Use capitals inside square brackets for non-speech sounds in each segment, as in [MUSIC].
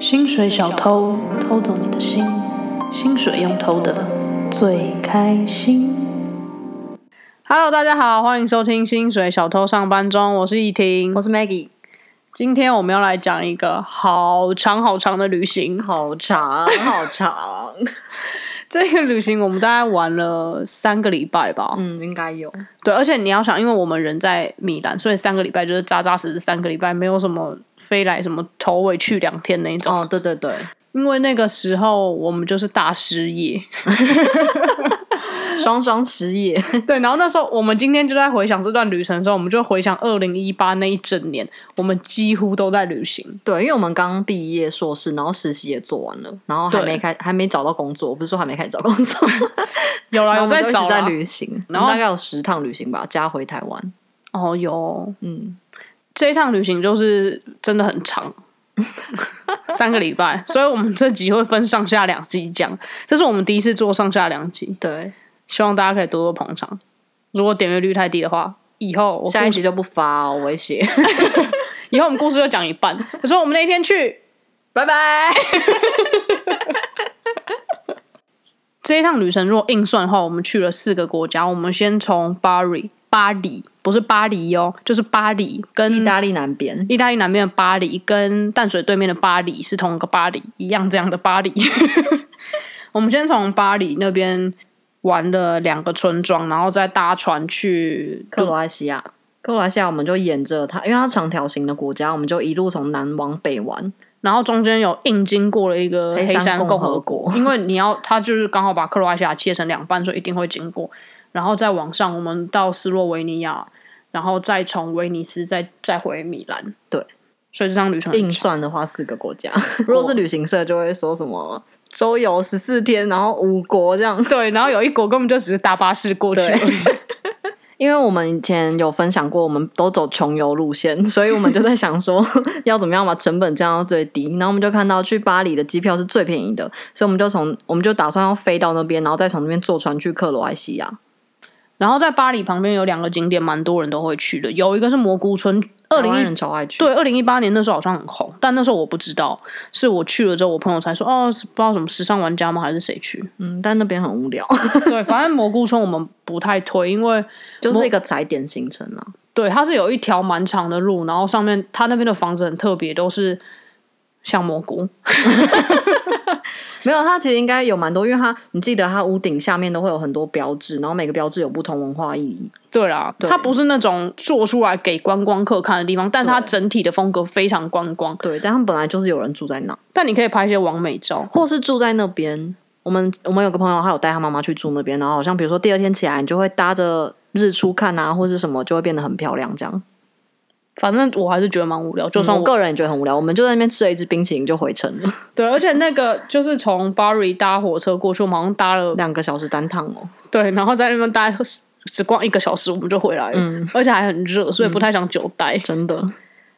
薪水小偷偷走你的心，薪水用偷的最开心。Hello，大家好，欢迎收听《薪水小偷上班中》，我是依婷我。是 Maggie，今天我们要来讲一个好长好长的旅行。 [LAUGHS] 好长好长，这个旅行我们大概玩了三个礼拜吧。 [LAUGHS] 嗯，应该有，对，而且你要想，因为我们人在米兰，所以三个礼拜就是扎扎实实三个礼拜，没有什么飞来什么头尾去两天那一种。哦，对对对，因为那个时候我们就是大失业。双双失业，对，然后那时候我们今天就在回想这段旅程的时候，我们就回想二零一八那一整年，我们几乎都在旅行。 [LAUGHS] 对，因为我们刚毕业硕士，然后实习也做完了，然后还对没开，还没找到工作，我不是说还没开始找工 [LAUGHS] 作，有啦，有然后我们在就一找直在啊啦。旅行，然然后后大概有十趟旅行吧，加回台湾，哦，有嗯，这一趟旅行就是真的很长， [LAUGHS] 三个礼拜，所以我们这集会分上下两集讲。这是我们第一次做上下两集，对，希望大家可以多多捧场。如果点阅率太低的话，以后我下故一事集就不发哦，威胁， [LAUGHS] 以后我们故事就讲一半。可是我们那一天去拜拜，这一趟旅程，如果硬算的话，我们去了四个国家。我们先从巴黎，巴黎不是巴黎哦，就是巴黎意跟大利南边，意大利南面的巴黎，跟淡水对面的巴黎是同一个巴黎，一样这样的巴黎。 [LAUGHS] 我们先从巴黎那边玩了两个村庄，然后再搭船去克罗埃西亚，克罗埃西亚，我们就沿着它，因为它长条形的国家，我们就一路从南往北玩，然后中间有硬经过了一个黑黑山山共共和和国国，因为你要它就是刚好把克罗埃西亚切成两半，所以一定会经过。然后再往上，我们到斯洛维尼亚，然后再从威尼斯再再回米兰。对，所以这趟旅程很硬长算的话，四个 [LAUGHS] 国家。如果是旅行社，就会说什么周游十四天，然后五国这样。对，然后有一国根本就只是搭巴士过去而已。 [LAUGHS] 因为我们以前有分享过，我们都走穷游路线，所以我们就在想说 [LAUGHS] 要怎么样把成本降到最低。然后我们就看到去巴黎的机票是最便宜的，所以我们就从我们就打算要飞到那边，然后再从那边坐船去克罗埃西亚。然后在巴黎旁边有两个景点，蛮多人都会去的，有一个是蘑菇村，二台零湾一人超爱去，对，二零一八年那时候好像很红，但那时候我不知道，是我去了之后，我朋友才说，哦，是不知道什么时尚玩家吗？还是谁去？嗯，但那边很无聊， [LAUGHS] 对，反正蘑菇村我们不太推，因为就是一个踩点行程啊。对它是有一条蛮长的路，然后上面它那边的房子很特别，都是像蘑菇。没有，它其实应该有蛮多，因为它你记得它屋顶下面都会有很多标志，然后每个标志有不同文化意义。对啦，对它不是那种做出来给观光客看的地方，但是它对整体的风格非常观光。对，但他们本来就是有人住在那，但你可以拍一些完美照，或是住在那边。我们我们有个朋友，他有带他妈妈去住那边，然后好像比如说第二天起来，你就会搭着日出看啊，或是什么，就会变得很漂亮。这样，反正我还是觉得蛮无聊。就算嗯我个人也觉得很无聊，我们就在那边吃了一支冰淇淋就回程了，对，而且那个就是从巴黎搭火车过去，我们好像搭了两个小时单趟哦。对，然后在那边待只逛一个小时，我们就回来了，嗯而且还很热，所以不太想久待。真的，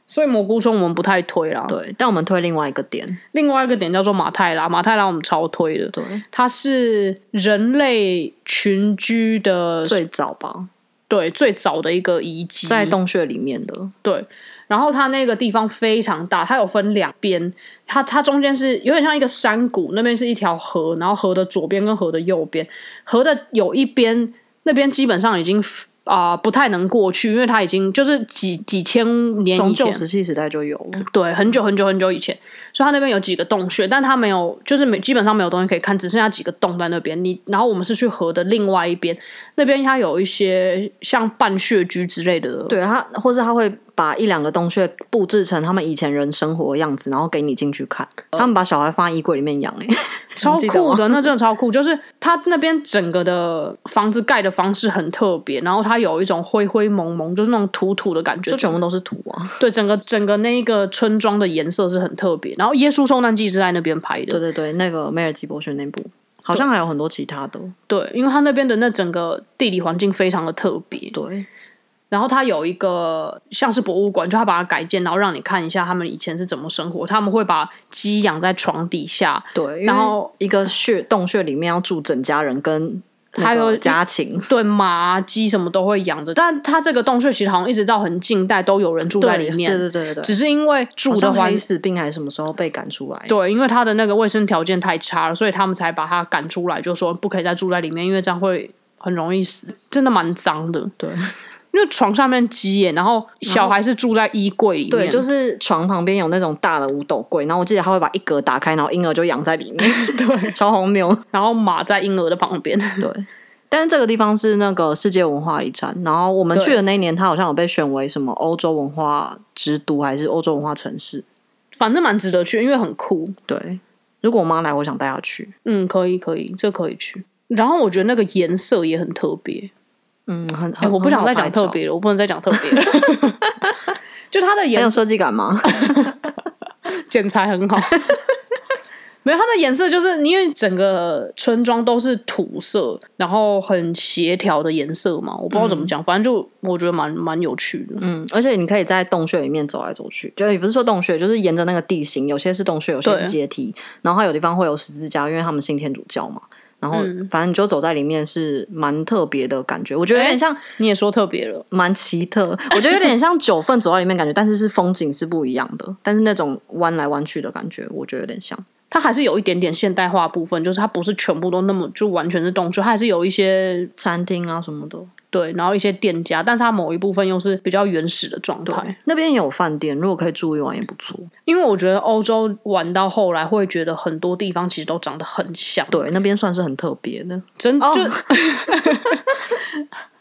所以蘑菇村我们不太推啦。对。但我们推另外一个点，另外一个点叫做马泰拉，马泰拉我们超推的，对，它是人类群居的最早吧，对最早的一个遗迹，在洞穴里面的，对。然后它那个地方非常大，它有分两边，它它中间是有点像一个山谷，那边是一条河，然后河的左边跟河的右边，河的有一边那边基本上已经啊、不太能过去，因为它已经就是几几千年从以前旧石器时代就有了。对，很久很久很久以前，所以它那边有几个洞穴，但它没有，就是没基本上没有东西可以看，只剩下几个洞在那边。你然后我们是去河的另外一边，那边它有一些像半穴居之类的，对他，或是他会把一两个洞穴布置成他们以前人生活的样子，然后给你进去看。他们把小孩放在衣柜里面养、欸，超记得酷吗的，那真的超酷。就是它那边整个的房子盖的方式很特别，然后它有一种灰灰蒙蒙，就是那种土土的感觉就。全部都是土啊。对，整个整个那一个村庄的颜色是很特别。然后《耶稣受难记》是在那边拍的，对对对，那个梅尔吉伯逊那部，好像还有很多其他的。对，因为它那边的那整个地理环境非常的特别。对，然后它有一个像是博物馆，就它把它改建，然后让你看一下他们以前是怎么生活。他们会把鸡养在床底下，对，然后因为一个穴洞穴里面要住整家人跟。还有家禽，对马、鸡什么都会养着，但它这个洞穴其实好像一直到很近代都有人住在里面，对对对对对，只是因为住的好像环黑死病还是什么时候被赶出来？对，因为它的那个卫生条件太差了，所以他们才把它赶出来，就说不可以再住在里面，因为这样会很容易死，真的蛮脏的。对 [LAUGHS] 因为床上面鸡耶，然后小孩是住在衣柜里面，对，就是床旁边有那种大的五斗柜，然后我记得他会把一格打开，然后婴儿就养在里 [LAUGHS] 面，对，超荒谬。然后马在婴儿的旁边，对，但是这个地方是那个世界文化遗产，然后我们去的那一年，它好像有被选为什么欧洲文化之都还是欧洲文化城市。反正蛮值得去，因为很酷。对，如果我妈来，我想带她去。嗯，可以可以，这可以去。然后我觉得那个颜色也很特别，嗯，很哎，很，我不想很好哦再讲拍特照，别了，我不能再讲特别 [LAUGHS] 了。就它的很颜有设计感吗？剪裁很 [LAUGHS] 好。没有，它的颜色就是因为整个村庄都是土色，然后很协调的颜色嘛，我不知道怎么讲，反正就我觉得蛮蛮有趣的。嗯，而且你可以在洞穴里面走来走去，就也不是说洞穴，就是沿着那个地形，有些是洞穴，有些是对阶梯，然后它有地方会有十字架，因为他们信天主教嘛。然后，反正你就走在里面是蛮特别的感觉，我觉得有点像你也说特别了，蛮奇特，我觉得有点像九份走在里面感觉，但是是风景是不一样的，但是那种弯来弯去的感觉，我觉得有点像。它还是有一点点现代化部分，就是它不是全部都那么就完全是动作，它还是有一些餐厅啊什么的，对，然后一些店家，但是它某一部分又是比较原始的状态。那边也有饭店，如果可以住一晚也不错。因为我觉得欧洲玩到后来会觉得很多地方其实都长得很像，对，哦那边算是很特别的。真 [LAUGHS] 就、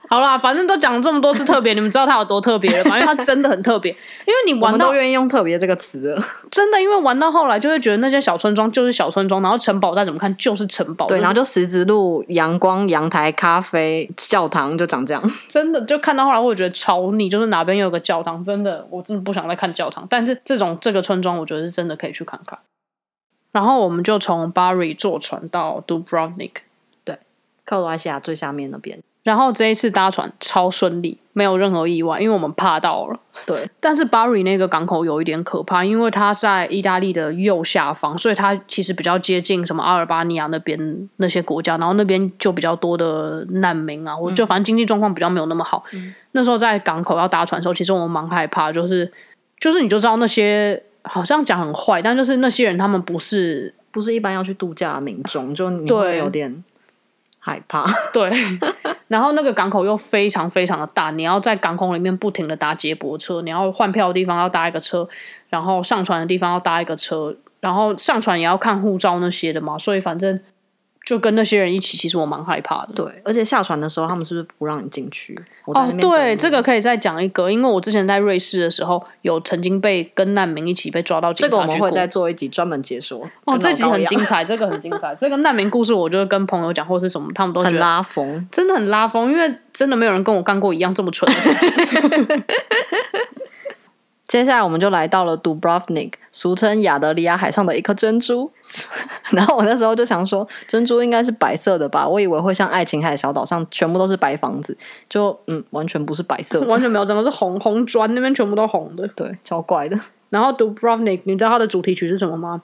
好啦，反正都讲了这么多次特别，你们知道它有多特别了吧？因为它真的很特别，因为你我玩们到都愿意用“特别”这个词了。真的，因为玩到后来就会觉得那些小村庄就是小村庄，然后城堡再怎么看就是城堡，对，就是 [LAUGHS] 然后就十字路、阳光、阳台、咖啡、教堂就长这样。真的就看到后来，我也觉得超腻，就是哪边有个教堂，真的我真的不想再看教堂。但是这种这个村庄，我觉得是真的可以去看看。然后我们就从 Bari 坐船到 Dubrovnik，克罗埃西亚最下面那边，然后这一次搭船超顺利，没有任何意外，因为我们怕到了。对，但是 Bari 那个港口有一点可怕，因为它在意大利的右下方，所以它其实比较接近什么阿尔巴尼亚那边那些国家，然后那边就比较多的难民啊，我就反正经济状况比较没有那么好。那时候在港口要搭船的时候，其实我蛮害怕，就是就是你就知道那些好像讲很坏，但就是那些人他们不是不是一般要去度假的民众，就你会对有点害 [LAUGHS] 怕。对， [LAUGHS] 然后那个港口又非常非常的大，你要在港口里面不停的搭接驳车，你要换票的地方要搭一个车，然后上船的地方要搭一个车，然后上船也要看护照那些的嘛，所以反正就跟那些人一起，其实我蛮害怕的。对，而且下船的时候，他们是不是不让你进去？我在那哦，边等对，你这个可以再讲一个，因为我之前在瑞士的时候，有曾经被跟难民一起被抓到警这个我察局们过。会再做一集专门解说。哦，跟这老集高一很样精彩，这个很精彩。这个难民故事，我就会跟朋友讲或是什么，他们都觉很得拉风。真的很拉风，因为真的没有人跟我干过一样这么蠢的事情。接下来我们就来到了 Dubrovnik，俗称亚得里亚海上的一颗珍珠。然后我那时候就想说，珍珠应该是白色的吧？我以为会像爱琴海小岛上全部都是白房子，就嗯，完全不是白色 [LAUGHS] 的，完全没有，整个是红红砖，那边全部都红的。对，超怪的。然后 Dubrovnik，你知道它的主题曲是什么吗？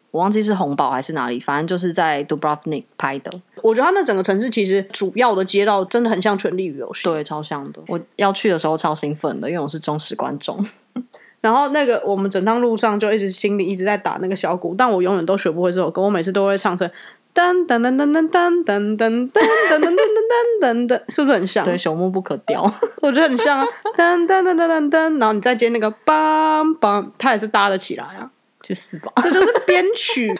我忘记是红堡还是哪里，反正就是在 Dubrovnik 拍的，我觉得它那整个城市其实主要的街道真的很像《权力与游戏》。对，超像的。我要去的时候超兴奋的，因为我是忠实观众。然后那个我们整趟路上就一直心里一直在打那个小鼓，但我永远都学不会这首歌，我每次都会唱成噔噔噔噔噔噔噔噔噔噔噔噔噔噔噔，是不是很像？对，朽木不可雕。我觉得很像啊，噔噔噔噔噔噔，然后你再接那个梆梆，它也是搭得起来啊，去死吧！这就是编曲。 [LAUGHS]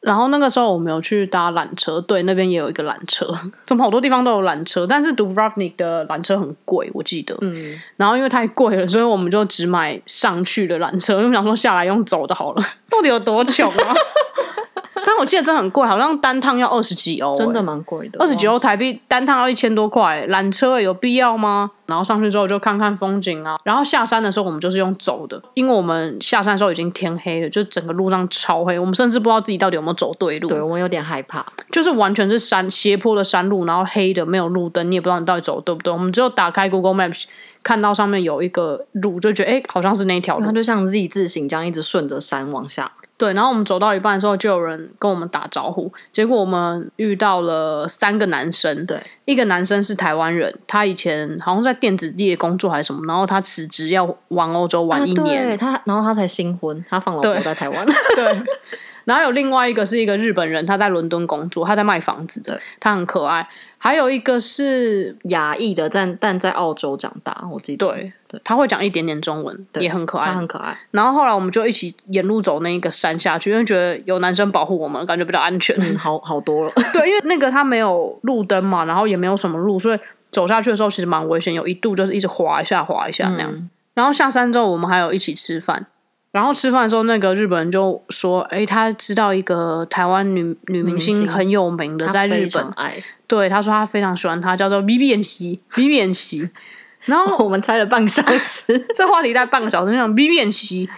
然后那个时候我们有去搭缆车，对，那边也有一个缆车， [LAUGHS] 怎么好多地方都有缆车，但是 Dubrovnik 的缆车很贵，我记得，嗯，然后因为太贵了，所以我们就只买 [LAUGHS] 上去的缆车，因为我们想说下来用走的好了。到底有多穷啊？但我记得真的很贵，好像单趟要二十几欧、真的欸蛮贵的，二十几欧台币单趟要一千多块，缆车欸有必要吗？然后上去之后就看看风景啊，然后下山的时候我们就是用走的，因为我们下山的时候已经天黑了，就整个路上超黑，我们甚至不知道自己到底有没有走对路，对我有点害怕，就是完全是山斜坡的山路，然后黑的没有路灯，你也不知道你到底走得对不对。我们只有打开 Google Maps 看到上面有一个路，就觉得哎、诶好像是那一条它路。就像 Z 字形这样一直顺着山往下。对，然后我们走到一半的时候，就有人跟我们打招呼，结果我们遇到了三个男生，对，一个男生是台湾人，他以前好像在电子业工作还是什么，然后他辞职要往欧洲玩一啊、对年，他，然后他才新婚，他放老对婆在台湾， [LAUGHS] 对。然后有另外一个是一个日本人，他在伦敦工作，他在卖房子的对，嗯他很可爱。还有一个是亚裔的，但但在澳洲长大，我记得，对对，他会讲一点点中文，对也很可他爱。很可爱，然后后来我们就一起沿路走那一个山下去，因为觉得有男生保护我们，感觉比较安全。嗯，好好多了，对，因为那个它没有路灯嘛，然后也没有什么路，所以走下去的时候其实蛮危险，有一度就是一直滑一下滑一下那样。嗯然后下山之后，我们还有一起吃饭。然后吃饭的时候，那个日本人就说：“诶，他知道一个台湾女女明明星星很有名的，他在日非常本。爱， [LAUGHS] 对，他说他非常喜欢她，叫做 B B 演习，B B 演习。 [LAUGHS] 然后我们猜了半个小 [LAUGHS] 时，这话题大概半个小时，那种 B B 演习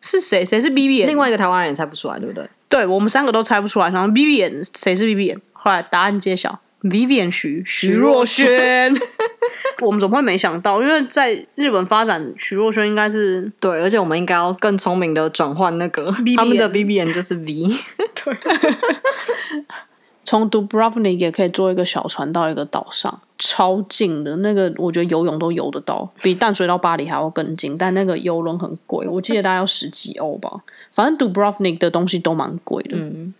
是谁？谁是 B B 另演？外一个台湾人也猜不出来，对不对？对我们三个都猜不出来，然后 B B 演谁是 B B 演？后来答案揭晓，B B 演徐徐若若瑄。 [LAUGHS] 我们怎么会没想到？因为在日本发展，徐若瑄应该是对，而且我们应该要更聪明的转换那个 BBN 他们的 B B N 就是 V，从 Dubrovnik 也可以坐一个小船到一个岛上，超近的那个，我觉得游泳都游得到，比淡水到巴黎还要更近。但那个游轮很贵，我记得大概要十几欧吧。反正 Dubrovnik 的东西都蛮贵的，嗯，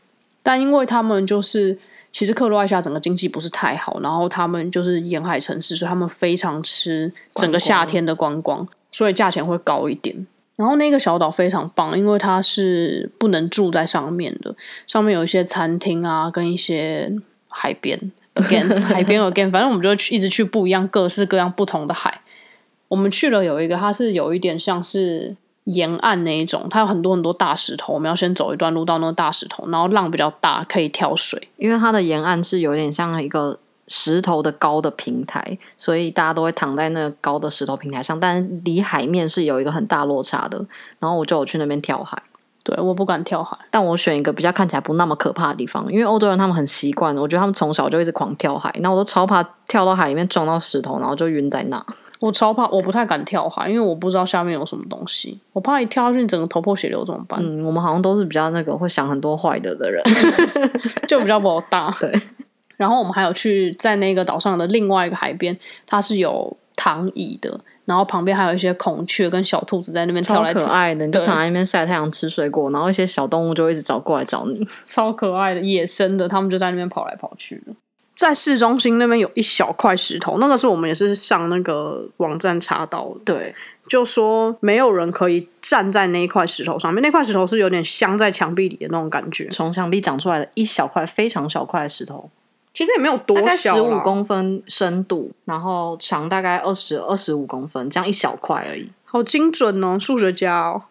但因为他们就是，其实克罗埃西亚整个经济不是太好，然后他们就是沿海城市，所以他们非常吃整个夏天的观光，所以价钱会高一点。然后那个小岛非常棒，因为它是不能住在上面的，上面有一些餐厅啊，跟一些海边 again 海边 again，反正我们就去一直去不一样各式各样不同的海。我们去了有一个，它是有一点像是沿岸那一种，它有很多很多大石头，我们要先走一段路到那个大石头，然后浪比较大，可以跳水。 [LAUGHS] 因为它的沿岸是有点像一个石头的高的平台，所以大家都会躺在那个高的石头平台上，但是离海面是有一个很大落差的。然后我就有去那边跳海，对，我不敢跳海，但我选一个比较看起来不那么可怕的地方，因为欧洲人他们很习惯，我觉得他们从小就一直狂跳海，那我都超怕跳到海里面撞到石头，然后就晕在那。我超怕，我不太敢跳海，因为我不知道下面有什么东西，我怕一跳下去，你整个头破血流怎么办？嗯，我们好像都是比较那个会想很多坏的的人。 [LAUGHS] 就比较不好搭。对。然后我们还有去在那个岛上的另外一个海边，它是有躺椅的，然后旁边还有一些孔雀跟小兔子在那边跳超来可跳，爱的，你就对躺在那边晒太阳吃水果，然后一些小动物就一直找过来找你。超可爱的野生的，它们就在那边跑来跑去的。在市中心那边有一小块石头，那个是我们也是上那个网站查到的，对，就说没有人可以站在那一块石头上面，那块石头是有点镶在墙壁里的那种感觉，从墙壁长出来的一小块非常小块的石头，其实也没有多大概小十啦，五公分深度，然后长大概二十二十五公分，这样一小块而已。好精准哦，数学家 [LAUGHS] 哦。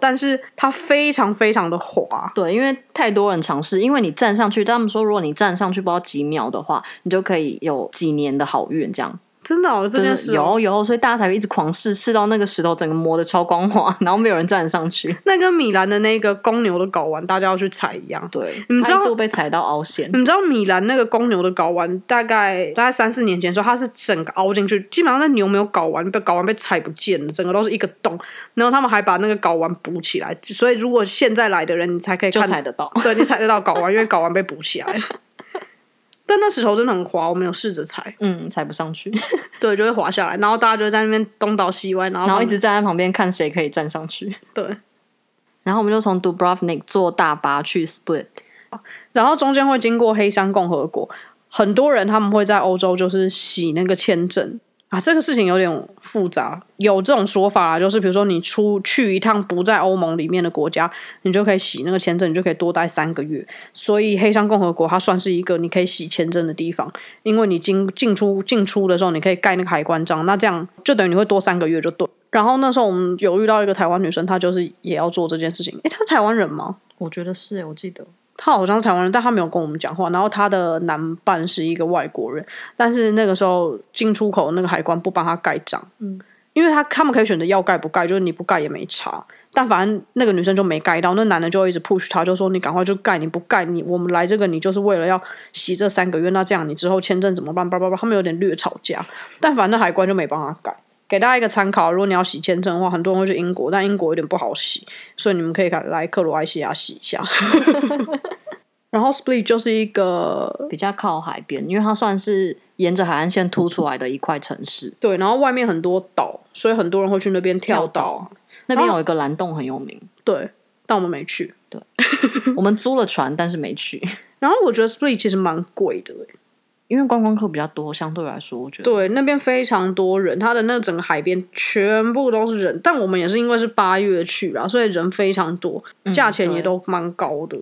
但是它非常非常的滑，对，因为太多人尝试，因为你站上去，他们说如果你站上去不知道几秒的话，你就可以有几年的好运，这样真的哦，这真件的事哦有有，所以大家才会一直狂试，试到那个石头整个磨的超光滑，然后没有人站上去。那跟米兰的那个公牛的睾丸，大家要去踩一样。对，你们知道它一度被踩到凹陷，你知道米兰那个公牛的睾丸，大概大概三四年前的时候，它是整个凹进去，基本上那牛没有睾丸，被睾丸被踩不见了，整个都是一个洞。然后他们还把那个睾丸补起来，所以如果现在来的人，你才可以就看踩得到。 [LAUGHS] 对你踩得到睾丸，因为睾丸被补起来了。但那石头真的很滑，我没有试着踩，嗯，踩不上去，对，就会滑下来，然后大家就在那边东倒西歪，然后然后一他们直站在旁边看谁可以站上去。对， [LAUGHS] 然后我们就从 Dubrovnik 坐大巴去 Split，然后中间会经过黑山共和国，很多人他们会在欧洲就是洗那个签证啊，这个事情有点复杂，有这种说法啊、就是比如说你出去一趟不在欧盟里面的国家，你就可以洗那个签证，你就可以多待三个月。所以黑山共和国它算是一个你可以洗签证的地方，因为你进进出进出的时候，你可以盖那个海关章，那这样就等于你会多三个月就对。然后那时候我们有遇到一个台湾女生，她就是也要做这件事情。诶，她是台湾人吗？我觉得是，我记得他好像是台湾人，但他没有跟我们讲话。然后他的男伴是一个外国人，但是那个时候进出口那个海关不帮他盖章，嗯，因为他他们可以选择要盖不盖，就是你不盖也没差。但反正那个女生就没盖到，那男的就一直 push 她，就说你赶快就盖，你不盖你我们来这个你就是为了要洗这三个月，那这样你之后签证怎么办？叭叭叭，他们有点略吵架，但反正海关就没帮他盖。给大家一个参考，如果你要洗签证的话，很多人会去英国，但英国有点不好洗，所以你们可以来克罗埃西亚洗一下。然后 Split 就是一个比较靠海边，因为它算是沿着海岸线凸出来的一块城市。对，然后外面很多岛，所以很多人会去那边跳岛。那边有一个蓝洞很有名， [LAUGHS] 对，但我们没去。我们租了船，但是没去， [LAUGHS] 然后我觉得 Split 其实蛮贵的、欸，因为观光客比较多，相对来说，我觉得对，那边非常多人，它的那整个海边全部都是人。但我们也是因为是八月去啦，所以人非常多，价钱也对都蛮高的。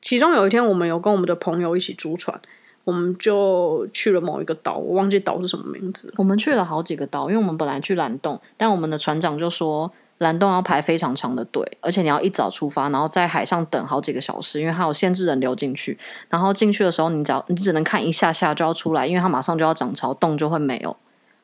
其中有一天，我们有跟我们的朋友一起租船，我们就去了某一个岛，我忘记岛是什么名字了。我们去了好几个岛，因为我们本来去蓝洞，但我们的船长就说蓝洞要排非常长的队，而且你要一早出发，然后在海上等好几个小时，因为它有限制人流进去。然后进去的时候，你只要你只能看一下下就要出来，因为它马上就要涨潮，洞就会没有。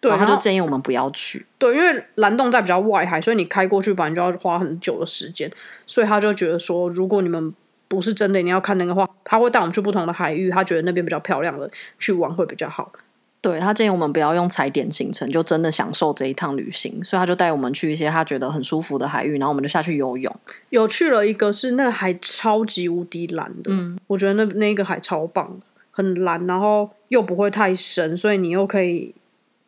对，然后然他后哦就建议我们不要去。对，因为蓝洞在比较外海，所以你开过去，反正就要花很久的时间。所以他就觉得说，如果你们不是真的你要看那个话，他会带我们去不同的海域，他觉得那边比较漂亮的去玩会比较好。对他建议我们不要用踩点行程，就真的享受这一趟旅行，所以他就带我们去一些他觉得很舒服的海域，然后我们就下去游泳。有去了一个是那个海超级无敌蓝的，我觉得那那个海超棒的，很蓝，然后又不会太深，所以你又可以，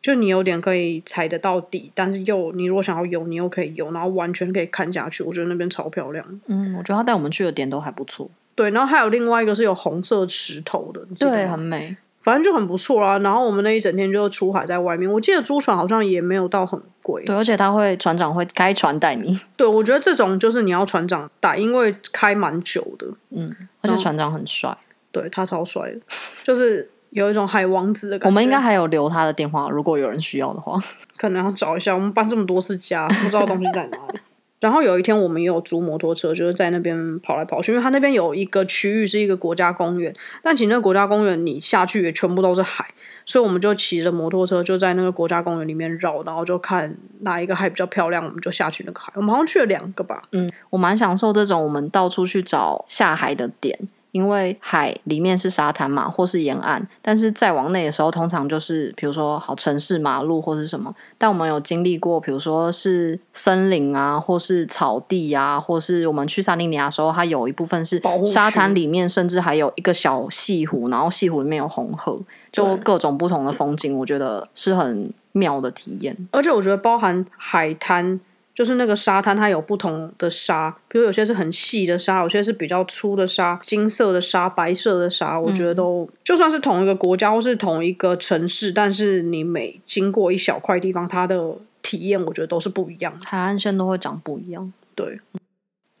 就你有点可以踩得到底，但是又你如果想要游，你又可以游，然后完全可以看下去，我觉得那边超漂亮。嗯，我觉得他带我们去的点都还不错，对，然后还有另外一个是有红色石头的，你记得对，吗很美。反正就很不错啦。然后我们那一整天就出海在外面，我记得租船好像也没有到很贵。对，而且他会船长会开船带你，对，我觉得这种就是你要船长带，因为开蛮久的。而嗯且船长很帅。对他超帅 [LAUGHS] 的，就是有一种海王子的感觉。我们应该还有留他的电话，如果有人需要的话。 [LAUGHS] 可能要找一下，我们搬这么多次家， [LAUGHS] 不知道东西在哪里。然后有一天我们也有租摩托车，就是在那边跑来跑去，因为它那边有一个区域是一个国家公园，但其实那个国家公园你下去也全部都是海，所以我们就骑着摩托车就在那个国家公园里面绕，然后就看哪一个海比较漂亮，我们就下去那个海。我们好像去了两个吧，嗯，我蛮享受这种我们到处去找下海的点，因为海里面是沙滩嘛，或是沿岸，但是再往内的时候，通常就是比如说好城市马路或是什么。但我们有经历过，比如说是森林啊，或是草地啊，或是我们去萨丁尼亚的时候，啊它有一部分是保护区沙滩里面，甚至还有一个小西湖，然后西湖里面有红河，就对各种不同的风景，我觉得是很妙的体验。而且我觉得包含海滩，就是那个沙滩，它有不同的沙，比如有些是很细的沙，有些是比较粗的沙，金色的沙、白色的沙，我觉得都、就算是同一个国家或是同一个城市，但是你每经过一小块地方，它的体验我觉得都是不一样的。海岸线都会长不一样。对。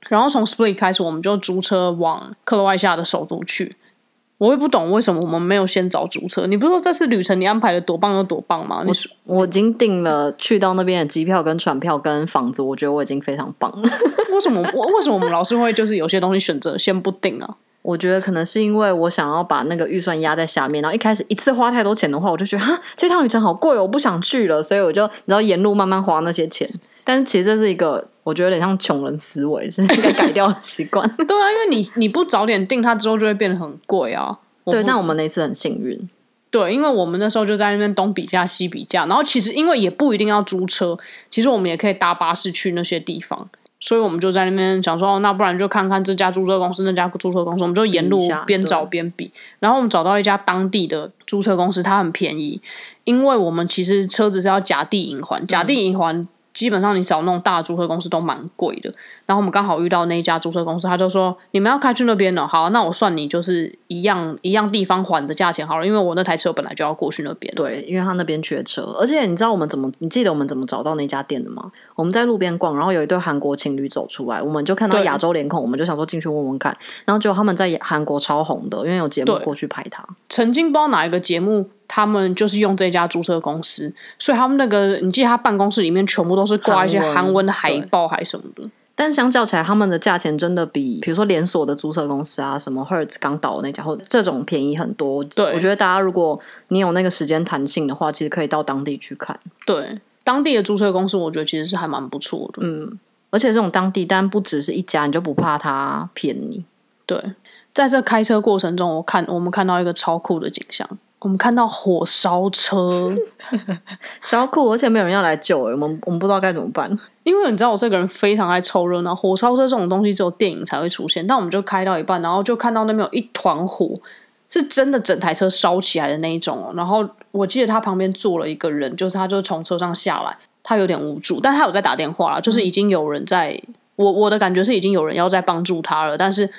然后从 Split 开始，我们就租车往克罗埃西亚的首都去。我也不懂为什么我们没有先找租车。你不是说这次旅程你安排的多棒有多棒吗？你说我已经订了去到那边的机票、跟船票、跟房子，我觉得我已经非常棒了。 [LAUGHS] 为什么我为什么我们老是会就是有些东西选择先不定啊？我觉得可能是因为我想要把那个预算压在下面，然后一开始一次花太多钱的话，我就觉得哈， [LAUGHS] 这趟旅程好贵哦，我不想去了，所以我就你知道沿路慢慢花那些钱。 [LAUGHS] 但是其实这是一个我觉得有点像穷人思维，是应该改掉的习惯。 [LAUGHS] 对啊，因为你你不早点定，它之后就会变得很贵啊。我对，不但我们那一次很幸运，对，因为我们那时候就在那边东比价西比价，然后其实因为也不一定要租车，其实我们也可以搭巴士去那些地方，所以我们就在那边想说，哦，那不然就看看这家租车公司那家租车公司，我们就沿比路一下边对找边比，然后我们找到一家当地的租车公司，它很便宜，因为我们其实车子是要夹地银嗯环，夹地银环。基本上你找那种大的租车公司都蛮贵的，然后我们刚好遇到那一家租车公司，他就说你们要开去那边了，好，那我算你就是一样一样地方还的价钱好了，因为我那台车本来就要过去那边。对，因为他那边缺车，而且你知道我们怎么？你记得我们怎么找到那家店的吗？我们在路边逛，然后有一对韩国情侣走出来，我们就看到对亚洲脸孔，我们就想说进去问问看，然后结果他们在韩国超红的，因为有节目对过去拍他，曾经不知道哪一个节目，他们就是用这家租车公司，所以他们那个你记得他办公室里面全部都是挂一些韩文韩文的海对报还是什么的，但相较起来，他们的价钱真的比，比如说连锁的租车公司啊，什么 Hertz 港岛那家，或者这种便宜很多。对我觉得大家如果你有那个时间弹性的话，其实可以到当地去看。对，当地的租车公司，我觉得其实是还蛮不错的。嗯，而且这种当地，但不只是一家，你就不怕他骗你。对，在这开车过程中，我看我们看到一个超酷的景象，我们看到火烧车， [LAUGHS] 超酷，而且没有人要来救、欸，我们我们不知道该怎么办。因为你知道我这个人非常爱凑热闹，火烧车这种东西只有电影才会出现。但我们就开到一半，然后就看到那边有一团火，是真的整台车烧起来的那一种、哦。然后我记得他旁边坐了一个人，就是他就从车上下来，他有点无助，但他有在打电话啦，就是已经有人在，我我的感觉是已经有人要在帮助他了，但是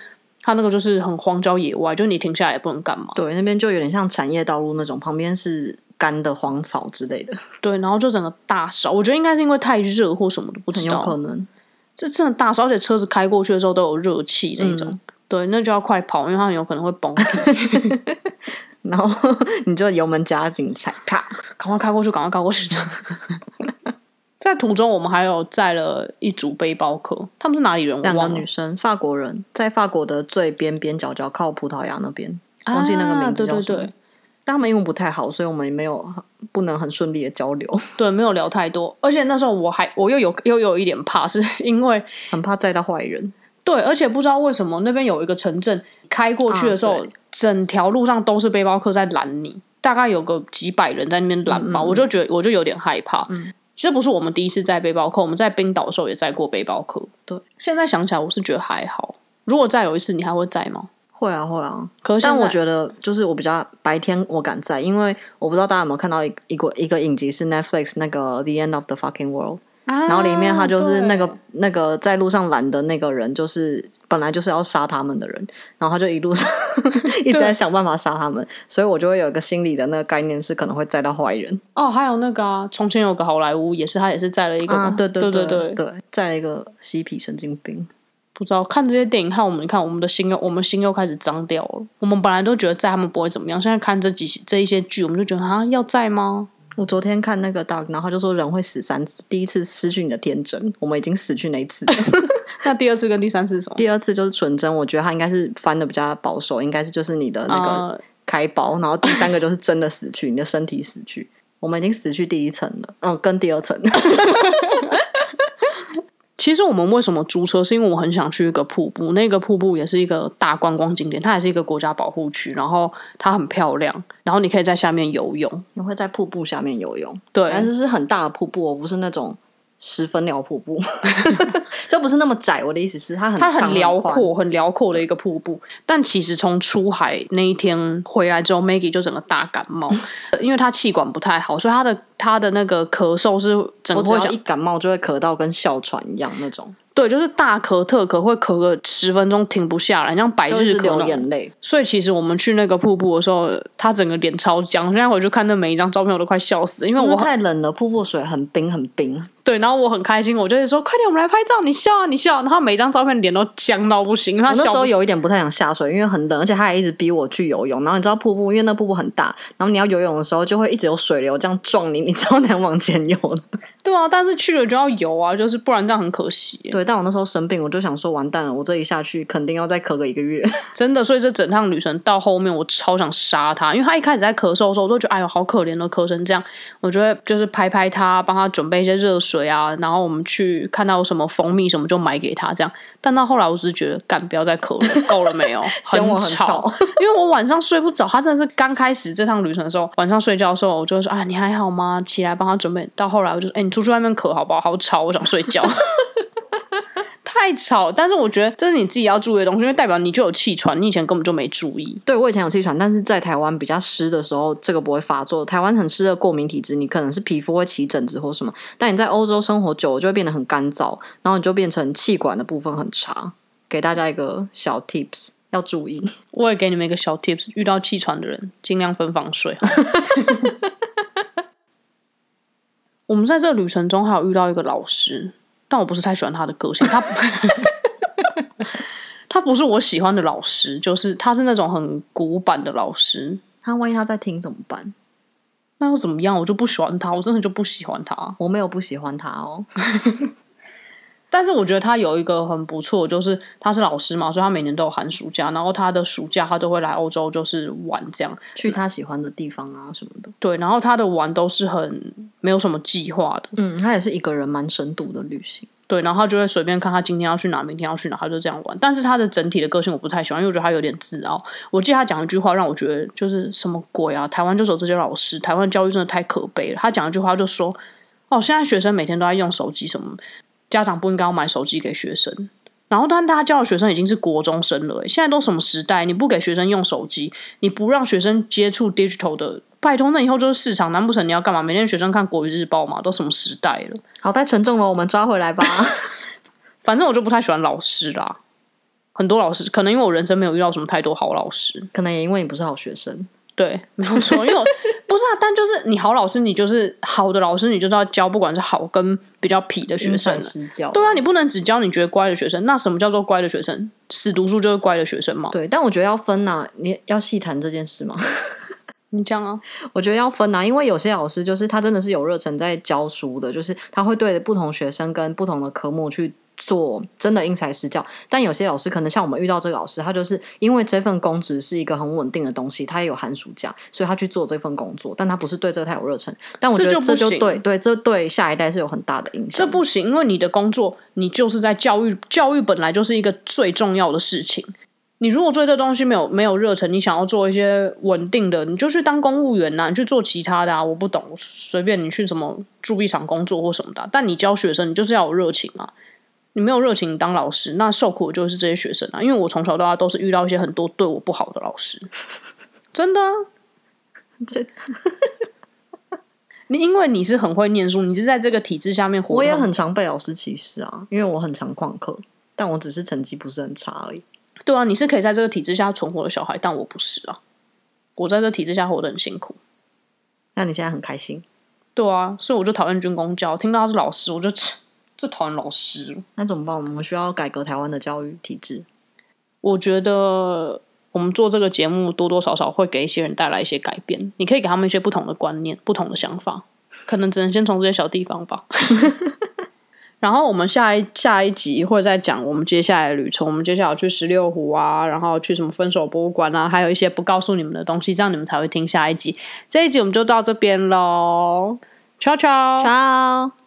他那个就是很荒郊野外，就你停下来也不能干嘛。对，那边就有点像产业道路那种，旁边是干的荒草之类的，对，然后就整个大烧，我觉得应该是因为太热或什么的，不很知有道可。能。这真的大烧，而且车子开过去的时候都有热气那种。嗯对，那就要快跑，因为它很有可能会崩 [LAUGHS] 体。然后 [LAUGHS] 你就油门加紧踩，啪！赶快开过去，赶快开过去。 [LAUGHS] 这样在途中，我们还有载了一组背包客，他们是哪里人？我两个忘了女，生，法国人，在法国的最边边角角，靠葡萄牙那边，忘记那个名字啊叫对什对么。对但他们英文不太好，所以我们没有不能很顺利的交流， [LAUGHS] 对，没有聊太多。而且那时候我还我又有又有一点怕，是因为很怕载到坏人。对，而且不知道为什么那边有一个城镇，开过去的时候，啊对整条路上都是背包客在拦你，大概有个几百人在那边拦嗯吧，我就觉得我就有点害怕。嗯，这不是我们第一次载背包客，我们在冰岛的时候也载过背包客。对，现在想起来我是觉得还好。如果再有一次，你还会载吗？会啊，会啊，可是但我得觉得就是我比较白天我敢在，因为我不知道大家有没有看到一一个一个影集是 Netflix 那个 The End of the Fucking World，、然后啊里面他就是那个那个在路上拦的那个人，就是本来就是要杀他们的人，然后他就一路上 [LAUGHS] 一直在想办法杀他们，所以我就会有一个心理的那个概念是可能会载到坏人哦，还有那个啊，从前有个好莱坞，也是他也是载了一个嘛、啊对对对对对对，载了一个嬉皮神经病，不知道看这些电影，看我们看我们的心又我们心又开始脏掉了。我们本来都觉得在他们不会怎么样，现在看这几这一些剧，我们就觉得啊要在吗？我昨天看那个 Dark，然后他就说人会死三次，第一次失去你的天真，我们已经死去那一次了。 [LAUGHS] [LAUGHS] 那第二次跟第三次是什么？第二次就是纯真，我觉得他应该是翻的比较保守，应该是就是你的那个呃开包，然后第三个就是真的死去，你的身体死去。我们已经死去第一层了，嗯，跟第二层。其实我们为什么租车，是因为我很想去一个瀑布，那个瀑布也是一个大观光景点，它也是一个国家保护区，然后它很漂亮，然后你可以在下面游泳。 [LAUGHS] 你会在瀑布下面游泳，对，但是是很大的瀑布哦，不是那种十分辽瀑布， [LAUGHS] 就不是那么窄。我的意思是，它很它长很辽宽，阔，很辽阔的一个瀑布。但其实从出海那一天回来之后，Maggie 就整个大感冒，嗯 [LAUGHS] 因为她气管不太好，所以她的她的那个咳嗽是整我个只会要想一感冒就会咳到跟哮喘一样那种，对，就是大咳特咳，会咳个十分钟停不下来，像百就日是咳流那种。眼泪。所以其实我们去那个瀑布的时候，她整个脸超僵。现在回去看那每一张照片，我都快笑死，因为因为我很太冷了，瀑布水很冰很冰。对，然后我很开心，我就会说快点，我们来拍照，你笑啊，你笑啊。然后每一张照片脸都僵到不行，因为她我那笑时不候有一点不太想下水，因为很冷，而且他还一直逼我去游泳。然后你知道瀑布，因为那瀑布很大，然后你要游泳的时候就会一直有水流这样撞你，你超难往前游的。对啊，但是去了就要游啊，就是不然这样很可惜欸耶。 [LAUGHS] 对，但我那时候生病，我就想说完蛋了，我这一下去肯定要再咳个一个 [LAUGHS] 月。真的，所以这整趟旅程到后面，我超想杀他，因为他一开始在咳嗽的时候，我都觉得哎呦好可怜哦，咳成这样。我就会就是拍拍他，帮他准备一些热水啊，然后我们去看到有什么蜂蜜什么就买给他这样。但到后来，我只是觉得干不要再咳了，够了没有？嫌我很吵吵，因为我晚上睡不着。他真的是刚开始这趟旅程的时候，晚上睡觉的时候，我就会说啊你还好吗？起来帮他准备。到后来我就说哎、你出去外面咳好不好？好吵，我想睡觉。 [LAUGHS] 太吵，但是我觉得这是你自己要注意的东西，因为代表你就有气喘，你以前根本就没注意。 [LAUGHS] 对我以前有气喘，但是在台湾比较湿的时候，这个不会发作。台湾很湿的过敏体质，你可能是皮肤会起疹子或什么，但你在欧洲生活久了就会变得很干燥，然后你就变成气管的部分很差。给大家一个小 tips，要注意。我也给你们一个小 tips：遇到气喘的人，尽量分房睡。 [LAUGHS] 我们在这个旅程中还有遇到一个老师，但我不是太喜欢他的个性，他他不是我喜欢的老师，就是他是那种很古板的老师。 [LAUGHS] 他万一他在听怎么办？那又怎么样？我就不喜欢他，我真的就不喜欢他。我没有不喜欢他哦，但是我觉得他有一个很不错，就是他是老师嘛，所以他每年都有寒暑假，然后他的暑假他都会来欧洲，就是玩这样。去他喜欢的地方啊什么的。对，然后他的玩都是很没有什么计划的，嗯，他也是一个人蛮深度的旅行。对，然后他就会随便看他今天要去哪，明天要去哪，他就这样玩。但是他的整体的个性我不太喜欢，因为我觉得他有点自傲。我记得他讲一句话让我觉得就是什么鬼啊！台湾就是有这些老师，台湾教育真的太可悲了。他讲一句话就说：“哦，现在学生每天都在用手机，什么家长不应该要买手机给学生。”然后，但大家教的学生已经是国中生了，欸现在都什么时代？你不给学生用手机，你不让学生接触 digital 的，拜托，那以后就是市场，难不成你要干嘛？每天学生看国语日报嘛？都什么时代了？好，太沉重了，我们抓回来 [LAUGHS] 吧。反正我就不太喜欢老师啦。很多老师，可能因为我人生没有遇到什么太多好老师，可能也因为你不是好学生，对，没有错，因为我不是啊，但就是你好老师，你就是好的老师，你就是要教，不管是好跟比较痞的学生因材，施教。对啊，你不能只教你觉得乖的学生。那什么叫做乖的学生？死读书就是乖的学生嘛？对，但我觉得要分呐、你要细谈这件事吗？你这样啊，我觉得要分啊，因为有些老师就是他真的是有热忱在教书的，就是他会对不同学生跟不同的科目去做真的因材施教。但有些老师可能像我们遇到这个老师，他就是因为这份公职是一个很稳定的东西，他也有寒暑假，所以他去做这份工作，但他不是对这个太有热忱。但我觉这得就不这就行对对，这对下一代是有很大的影响。这不行，因为你的工作，你就是在教育，教育本来就是一个最重要的事情。你如果对这东西没有没有热忱，你想要做一些稳定的，你就去当公务员呐、你去做其他的啊。我不懂，随便你去什么铸币厂工作或什么的啊、但你教学生，你就是要有热情啊。你没有热情你当老师，那受苦的就是这些学生啊。因为我从小到大都是遇到一些很多对我不好的老 [LAUGHS] 师，真的啊、这 [LAUGHS] 你因为你是很会念书，你是在这个体制下面活。我也很常被老师歧视啊，因为我很常旷课，但我只是成绩不是很差而已。对啊，你是可以在这个体制下存活的小孩，但我不是啊，我在这体制下活得很辛苦。那你现在很开心？对啊，所以我就讨厌军工教，听到他是老师，我就 [LAUGHS] 这讨厌老师。那怎么办？我们需要改革台湾的教育体制。我觉得我们做这个节目多多少少会给一些人带来一些改变，你可以给他们一些不同的观念、不同的想法，可能只能先从这些小地方吧。然后我们下一下一集会再讲我们接下来的旅程，我们接下来有去十六湖啊，然后去什么分手博物馆啊，还有一些不告诉你们的东西，这样你们才会听下一集。这一集我们就到这边喽，悄悄。 Ciao。